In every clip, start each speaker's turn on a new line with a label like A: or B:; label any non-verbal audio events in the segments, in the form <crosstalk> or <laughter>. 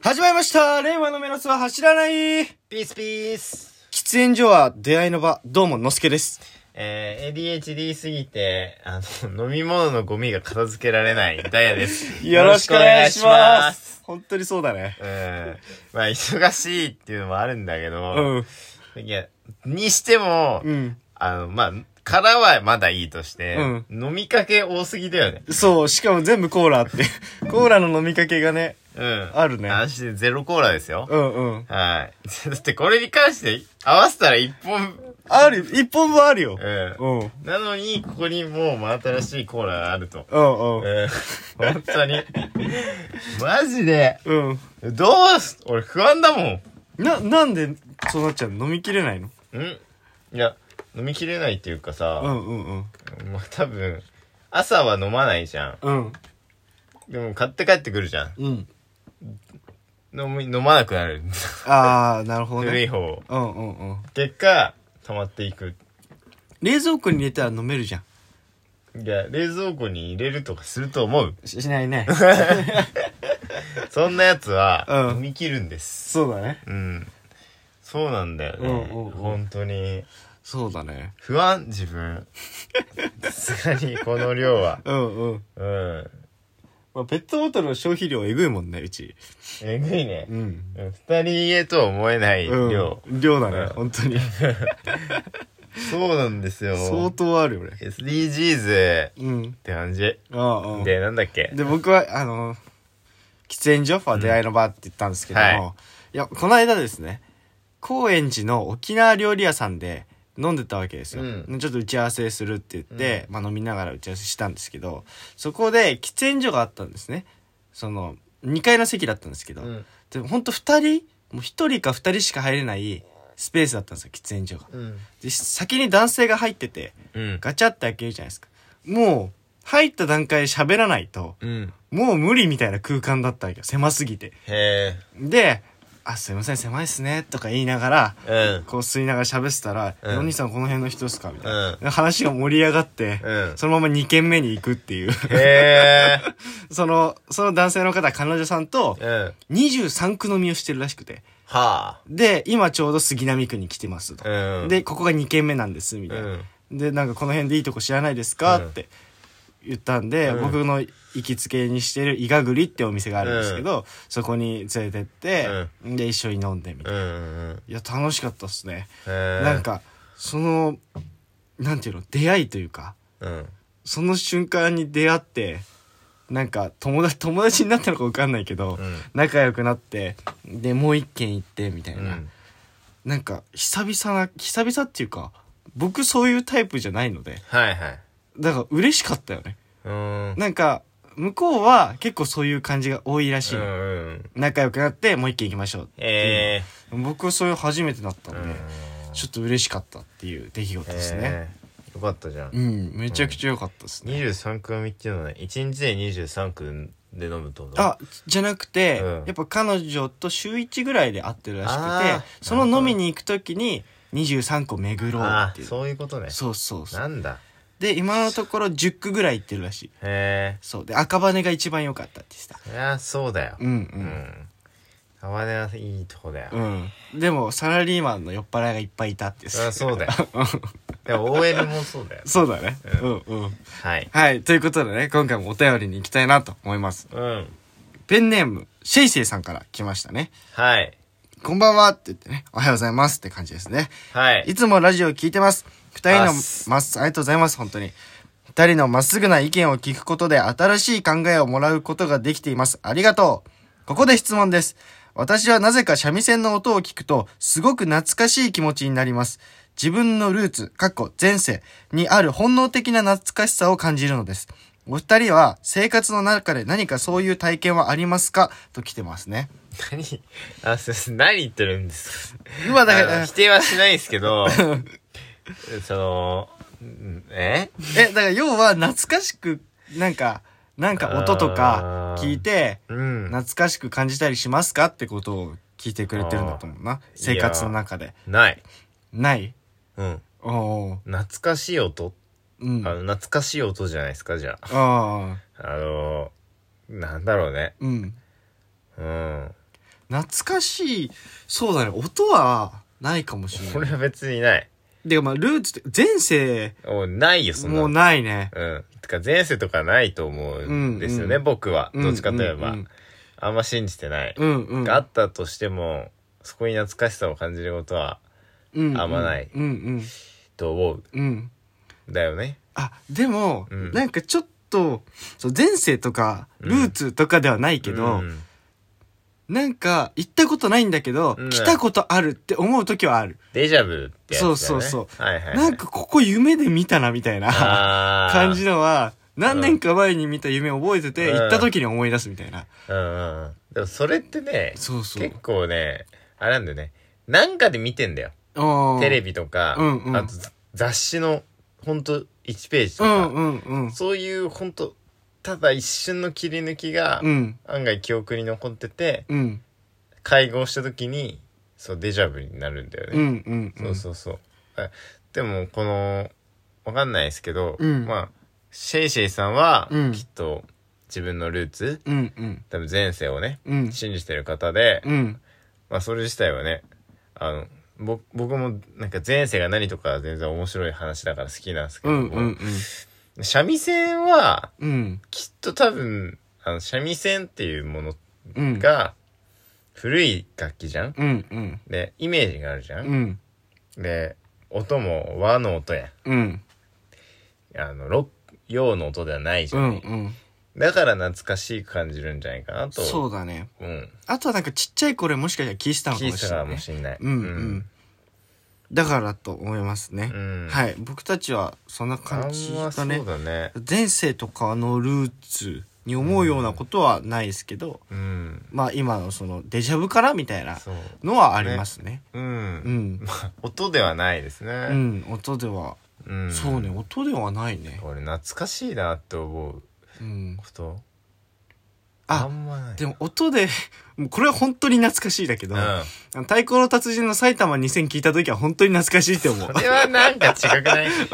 A: 始まりました令和のメロスは走らない喫
B: ピースピース。
A: 煙所は出会いの場、どうも、のすけです。
B: えー、ADHD すぎて、あの、飲 <laughs> み物のゴミが片付けられないダイヤで
A: <laughs>
B: す。
A: よろしくお願いし
B: よろくお願いし
A: ま。
B: ます
A: 本当にそうだね。
B: うん。まあ、忙しいっていうのもあるんだけど、
A: うん。
B: いや、にしても、
A: うん。
B: あの、まあ、からはまだいいとして、
A: うん
B: 飲みかけ多すぎだよね。
A: そう、しかも全部コーラあって。 <laughs> コーラの飲みかけがね。
B: うん。
A: あるね
B: 話でゼロコーラですよ。
A: うんうん。
B: はい。 <laughs> だってこれに関して合わせたら一本、
A: ある、一本分あるよ。
B: うん。
A: うん。うん
B: なのに、ここにもう真新しいコーラがあると。
A: うん。
B: うん。 <laughs> 本当に。マジで。
A: うん。
B: どうす、俺不安だもん。
A: な、なんでそうなっちゃうの飲みきれないの
B: んいや、飲みきれないっていうか
A: う
B: さ、
A: んうんうん。
B: まあ多分、朝は飲まないじゃ
A: うん。
B: ん。でも買って帰ってくるじゃん。
A: うん。
B: 飲み、飲まなくなる。
A: あー、なるほど
B: 古
A: ね
B: い。方を。
A: うんうんうん。
B: 結果、溜まっていく。
A: 冷蔵庫に入れたら飲めるじゃん。
B: いや、冷蔵庫に入れるとかすると思う。
A: ししないね。
B: そんなやつは
A: う、ん
B: 飲み切るんで
A: <laughs>
B: す。
A: そうだ <laughs> ね。
B: うん。そうなんだよね。
A: うんうんうん
B: 本当に。
A: そうだね。
B: 不安、自分。さすがに、この量は。
A: うんうん。
B: うん。
A: まあ、ペットボトルの消費量えぐいもんね、うち。
B: えぐいね。
A: ん。
B: うん二人家とは思えない量。
A: うん、量だね、
B: うん
A: 本当に。
B: そうなんですよ。
A: 相当あるよ、ね
B: SDGs っ
A: うん。
B: て感じ。
A: ああ、うん。で、
B: で、なんだっけ
A: 僕は、あの、喫煙所は出会いの場って言ったんですけども、
B: うん
A: い
B: は、
A: や、この間ですね、高円寺の沖縄料理屋さんで飲んでたわけですよ。
B: う
A: ちょっと打ち合わせするって言って、まあ飲みながら打ち合わせしたんですけど、そこで喫煙所があったんですね。その、2階の席だったんですけど、
B: うん。
A: でもほんと2人もう1人か2人しか入れないスペースだったんですよ喫煙所が
B: うん。
A: で先に男性が入ってて
B: うん。
A: ガチャって開けるじゃないですかもう入った段階で喋らないと
B: うん。
A: もう無理みたいな空間だったわけよ狭すぎて
B: へ
A: で「あすいません狭いっすね」とか言いながら
B: え。うん。
A: こう吸いながら喋ってたら「
B: うん
A: お兄さんこの辺の人っすか?」みたいな、
B: う
A: 話が盛り上がって、
B: うん
A: そのまま2軒目に行くっていう
B: へ
A: そのその男性の方は彼女さん <laughs> と
B: え。うん。
A: 23区飲みをしてるらしくて
B: はあ。
A: で、今ちょうど杉並区に来てますと。
B: うん。
A: で、ここが2軒目なんです、み
B: う
A: たいな。
B: ん。
A: で、なんかこの辺でいいとこ知らないですか、
B: うん
A: って言ったんで、
B: うん
A: 僕の行きつけにしてる伊賀栗ってお店があるんですけど、そこに連れてって、で、一緒に飲んでみた
B: う
A: いな。
B: ん。うん。
A: いや、楽しかったっすね。
B: へえ。
A: なん。か、その、なんていうの、出会いというか、
B: うん。
A: その瞬間に出会って、なんか友達、友達になったのかわかんないけど、
B: うん
A: 仲良くなって、で、もう一軒行って、みたいうな。
B: ん。
A: なんか久々な久々っていうか僕そういうタイプじゃないので
B: はいはい。
A: だから嬉しかったよね
B: うん。
A: なんか向こうは結構そういう感じが多いらしい、
B: うん
A: の
B: うん。
A: 仲良くなってもう一軒行きましょうって
B: え
A: いう、僕はそういう初めてだった
B: え。
A: んで、
B: うん
A: ちょっと嬉しかったっていう出来事ですね、
B: へえよかったじゃん。
A: うんめちゃくちゃ良かったですね、
B: 23区飲みっていうのはね1日で23区で飲むってこと
A: あじゃなくて、
B: うん
A: やっぱ彼女と週1ぐらいで会ってるらし
B: あ
A: く
B: ー
A: てその飲みに行く時に23個巡ろう
B: あ
A: っていう
B: そういうことね
A: そうそうそう
B: なんだ
A: で今のところ10区ぐらい行ってるらしい
B: へ
A: そうで赤羽が一番良かったって言ってた
B: えいやそうだよ
A: うん
B: うん浜根はいいとこだよ
A: うん、うん、でもサラリーマンの酔っ払いがいっぱいいたって言って
B: そり
A: た
B: ゃそうだよでも OL もそうだよ
A: <laughs> そうだねうんうん
B: はい
A: はいということでね今回もお便りに行きたいなと思います
B: うん
A: ペンネームシェイシェイさんから来ましたね
B: はい
A: こんばんはって言ってねおはようございますって感じですね
B: はい
A: いつもラジオ聞いてます。二人の
B: あっす
A: まっす、ありがとうございます、本当に。二人のまっすぐな意見を聞くことで新しい考えをもらうことができています。ありがとう。ここで質問です。私はなぜか三味線の音を聞くと、すごく懐かしい気持ちになります。自分のルーツ、過去、前世にある本能的な懐かしさを感じるのです。お二人は生活の中で何かそういう体験はありますかと来てますね。
B: 何 <laughs> あすいません何言ってるんですか
A: 今だか
B: あの
A: ら
B: 否、定はしないですけど <laughs> そのうんえ
A: え、だから要は懐かしく、なんか、なんか音とか
B: あー
A: 聞いて、
B: うん
A: 懐かしく感じたりしますかってことを聞いてくれてるんだと思うな。生活の中で。
B: ない
A: ない
B: うん
A: おお
B: 懐かしい音
A: ー。うん。
B: あ
A: あ
B: の懐かしい音じゃないですかじゃあ
A: あー。
B: あのー、なんだろうね。
A: うん。
B: うん。
A: 懐かしい。そうだね。音はないかもしれ
B: 俺
A: ない。
B: は別にない。
A: で、まあ、ルーツって、前世、
B: おないよ、そんな
A: も
B: の。
A: うないね。
B: うん。てか、前世とかないと思うんですよね、
A: うんうん
B: 僕は。どっちかといえば。
A: うんうん
B: あんま信じてない。
A: うんうん。
B: あったとしても、そこに懐かしさを感じることは、
A: うん
B: あんまない
A: うんうん。
B: と思
A: うん。
B: う。だよね。
A: あ、でも、
B: うん
A: なんかちょっと、そう前世とか、
B: うん
A: ルーツとかではないけど、
B: うん
A: なんか、行ったことないんだけど、
B: うん
A: 来たことあるって思う時はある。
B: デジャブってやつだよね。
A: そうそうそ
B: はいはいはい。
A: なんか、ここ夢で見たな、みたいな
B: あー、
A: 感じのは、何年か前に見た夢を覚えてて、
B: うん
A: 行った時に思い出すみたいな。
B: うんうんうん。でもそれってね、
A: そうそう。
B: 結構ね、あれなんだよね。なんかで見てんだよ。テレ
A: ビ
B: ビとか、
A: うんうん
B: あと雑誌の、ほんと1ページと
A: う
B: か、
A: んうんうん。
B: そういうほんと、ただ一瞬の切り抜きが、
A: うん。
B: 案外記憶に残ってて、
A: うん。
B: 会合した時に、そう、デジャブになるんだよ
A: うんう
B: ね。
A: ん。
B: そうそうそう。あでも、この、わかんないですけど、
A: うん
B: まあ、シェイシェイさんは、
A: うん
B: きっと、自分のルーツ、
A: うん。うんうん。
B: 多分前世をね、
A: うん。
B: 信じてる方で、
A: うん。
B: まあそれ自体はね、あの、ぼ僕もなんか前世が何とかは全然面白い話だから好きなんですけ
A: う
B: ど
A: ん
B: も、
A: うん
B: 三味線は
A: うん。
B: きっと多分、あの三味線っていうもの
A: うん。
B: が古い楽器じゃん
A: うんうん。
B: で、イメージがあるじゃ、
A: うんん。
B: で、音も和の音や
A: うん。
B: あの、ロ洋の音ではないじ
A: う
B: ゃ
A: ん
B: ん、
A: うん。
B: だから懐かしく感じるんじゃないかなと。。
A: そううだね。
B: うん。
A: あとはなんかちっちゃい頃もしかしたら聞いてたのか
B: 聞
A: も
B: いて
A: したれな
B: か
A: い
B: も
A: ね。
B: しんない。
A: うんうん。だからと思いますね
B: う。ん。い。
A: はい。僕たちはそんな
B: あん
A: 感
B: ま
A: じ
B: そ
A: だ
B: う
A: ね。
B: だね。
A: 前世とかのルーツに思うようなことはないですけど、
B: うん。
A: まあ今のそのデジャブからみたいな
B: そう。
A: のはありますね。
B: う。
A: うんん。
B: 音ではないです
A: う
B: ね。
A: ん。音では、
B: うん
A: そうね、。音ではないね。
B: 俺懐かしいなって思う
A: うん。
B: こと
A: あ
B: あんまない。
A: でも音で、 <laughs> もうこれは本当に懐かしいだけど、
B: うん。
A: あの太鼓の達人の埼玉2000聞いた時は本当に懐かしいって思う。
B: これはなんか違くない
A: うん。
B: ツ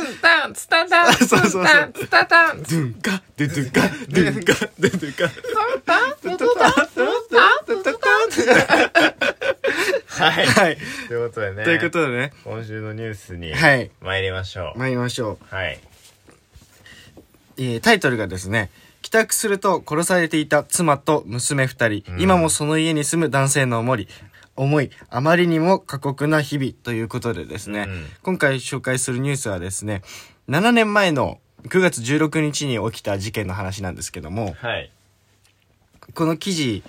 B: ンタンツタンタン
A: そうそう
B: ツ
A: そう
B: ンタンツタンタン
A: ド
B: ツ
A: ゥンカ、ドゥドゥンカ、ドゥンカ、ドゥドゥンカ。
B: ンタンツンタンツンタンツンタンは
A: <laughs>
B: い。
A: はい。
B: ということでね。
A: ということでね、
B: 今週のニュースに
A: はい。
B: 参りましょう。
A: 参りましょう。
B: はい。
A: えータイトルがですね、帰宅すると殺されていた妻と娘二人、
B: うん
A: 今もその家に住む男性の思い、思い、あまりにも過酷な日々ということでですね、
B: うん
A: 今回紹介するニュースはですね、7年前の9月16日に起きた事件の話なんですけども、
B: はい。
A: この記事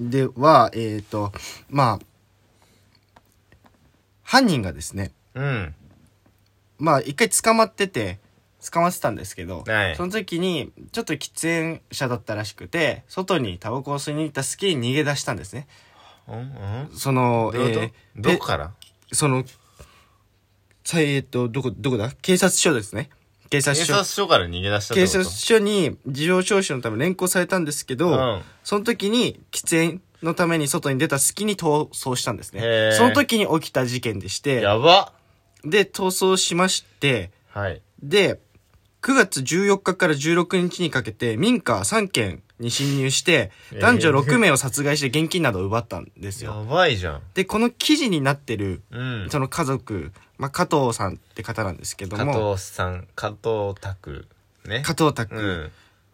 A: では、えっ、と、まあ、犯人がですね、
B: うん。
A: まあ一回捕まってて捕まってたんですけど、
B: はい
A: その時にちょっと喫煙者だったらしくて外にタバコを吸いに行った隙に逃げ出したんですね
B: うんうん
A: その
B: どういうこと
A: えー
B: ど
A: で
B: こから
A: そのさえーっとどこどこだ警察署ですね警察
B: 警
A: 署
B: 察署から逃げ出したっ
A: 警
B: てこと
A: 察署に事情聴取のため連行されたんですけど、
B: うん
A: その時に喫煙のために外に出た隙に逃走したんです
B: へ
A: ね
B: ー
A: その時に起きた事件でして
B: やば
A: で逃走しまして
B: はい。
A: で、9月14日から16日にかけて民家3軒に侵入して、
B: えー
A: 男女6名を殺害して現金などを奪ったんです
B: や
A: よ。
B: ばいじゃん。
A: で、この記事になってる、
B: うん。
A: その家族、まあ、加藤さんって方なんですけども、
B: 加藤さん、加藤拓ね。
A: 加藤
B: う
A: 拓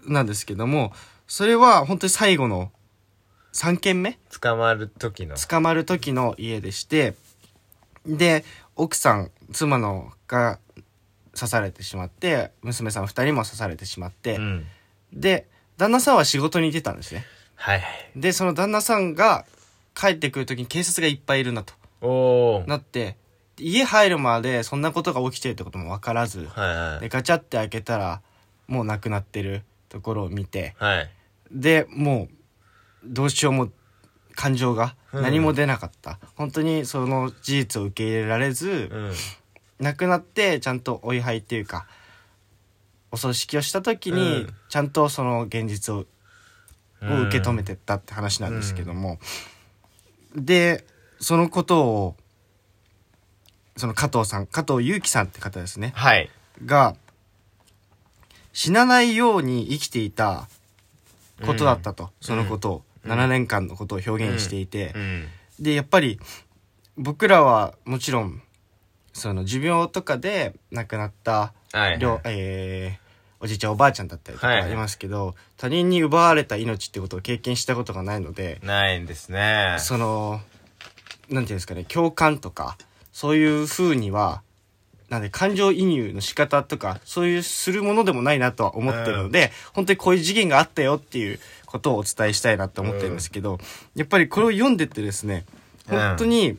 B: ん。
A: なんですけども、それは本当に最後の3件目
B: 捕まる時の。
A: 捕まる時の家でして、で、奥さん、妻のが刺されてしまって、娘さん2人も刺されてしまって、
B: うん。
A: で旦那さんは仕事に出たんですね
B: はいはい。
A: でその旦那さんが帰ってくる時に警察がいっぱいいるなと
B: おー。
A: なって家入るまでそんなことが起きてるってことも分からず
B: はいは
A: で
B: い。
A: ガチャって開けたらもう亡くなってるところを見て
B: はい。
A: でもうどうしようも感情が
B: うん
A: 何も出なかった、本当にその事実を受け入れられず、
B: うん。
A: 亡くなってちゃんとお位牌っていうかお葬式をした時
B: う
A: に
B: ん
A: ちゃんとその現実を
B: うん
A: を受け止めてったって話なんですけども、でそのことをその加藤さん加藤祐樹さんって方ですね
B: はい。
A: が死なないように生きていたことだったと、そのことを、 7年間のことを表現していて、
B: うん
A: でやっぱり僕らはもちろんその寿命とかで亡くなった
B: はいはい
A: 両、えーおじいちゃんおばあちゃんだったりとか
B: はい
A: ありますけど、他人に奪われた命ってことを経験したことがないので、
B: ないんですね
A: そのなんていうんですかね共感とかそういう風にはなんで感情移入の仕方とかそういうするものでもないなとは思ってるので、本当にこういう事件があったよっていうことをお伝えしたいなと思ってるんですけど、やっぱりこれを読んでってですね
B: うん
A: 本当に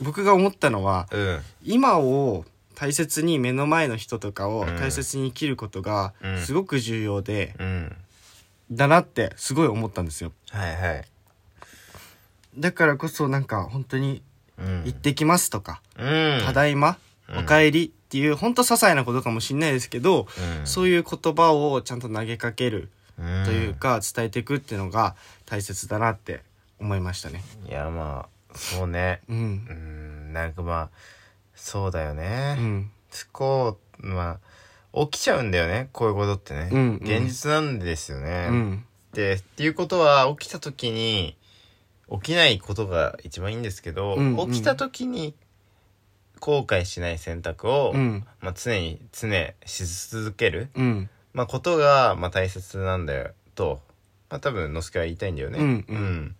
A: 僕が思ったのは、
B: うん
A: 今を大切に目の前の人とかを
B: うん
A: 大切に生きることが
B: うん
A: すごく重要で、
B: うん
A: だなってすごい思ったんですよ
B: はいはい
A: だからこそなんか本当に
B: うん
A: 行ってきますとか、
B: うん
A: ただいま、
B: うん
A: おかえりっていう本当些細なことかもしれないですけど、
B: うん
A: そういう言葉をちゃんと投げかける
B: うん
A: というか伝えていくっていうのが大切だなって思いましたね。
B: いやまあそうね
A: う、
B: うんんなんかまあそうだよ
A: う
B: ね、
A: ん、
B: 不幸まあ起きちゃうんだよねこういうことってね、
A: うんうん
B: 現実なんですよ
A: う
B: ね、
A: ん、
B: でっていうことは起きた時に起きないことが一番いいんですけど、
A: うんうん
B: 起きた時に後悔しない選択を、
A: うん、
B: まあ、常に常し続ける、
A: うん、
B: まあ、ことが、まあ、大切なんだよと、まあ、多分のすけは言いたいんだよね。
A: うんうん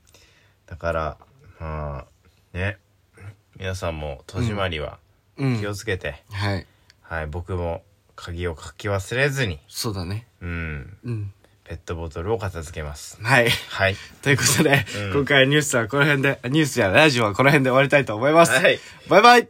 B: だからまあね皆さんも戸締まりは
A: うん
B: 気をつけて、
A: はい、
B: はい、僕も鍵をかき忘れずに、
A: そうだね。
B: うん、
A: うん、
B: ペットボトルを片付けます。
A: はい。 <laughs>
B: はい。
A: ということで、
B: うん
A: 今回のニュースはこの辺で、あニュースやラジオはこの辺で終わりたいと思います。
B: はい。
A: バイバイ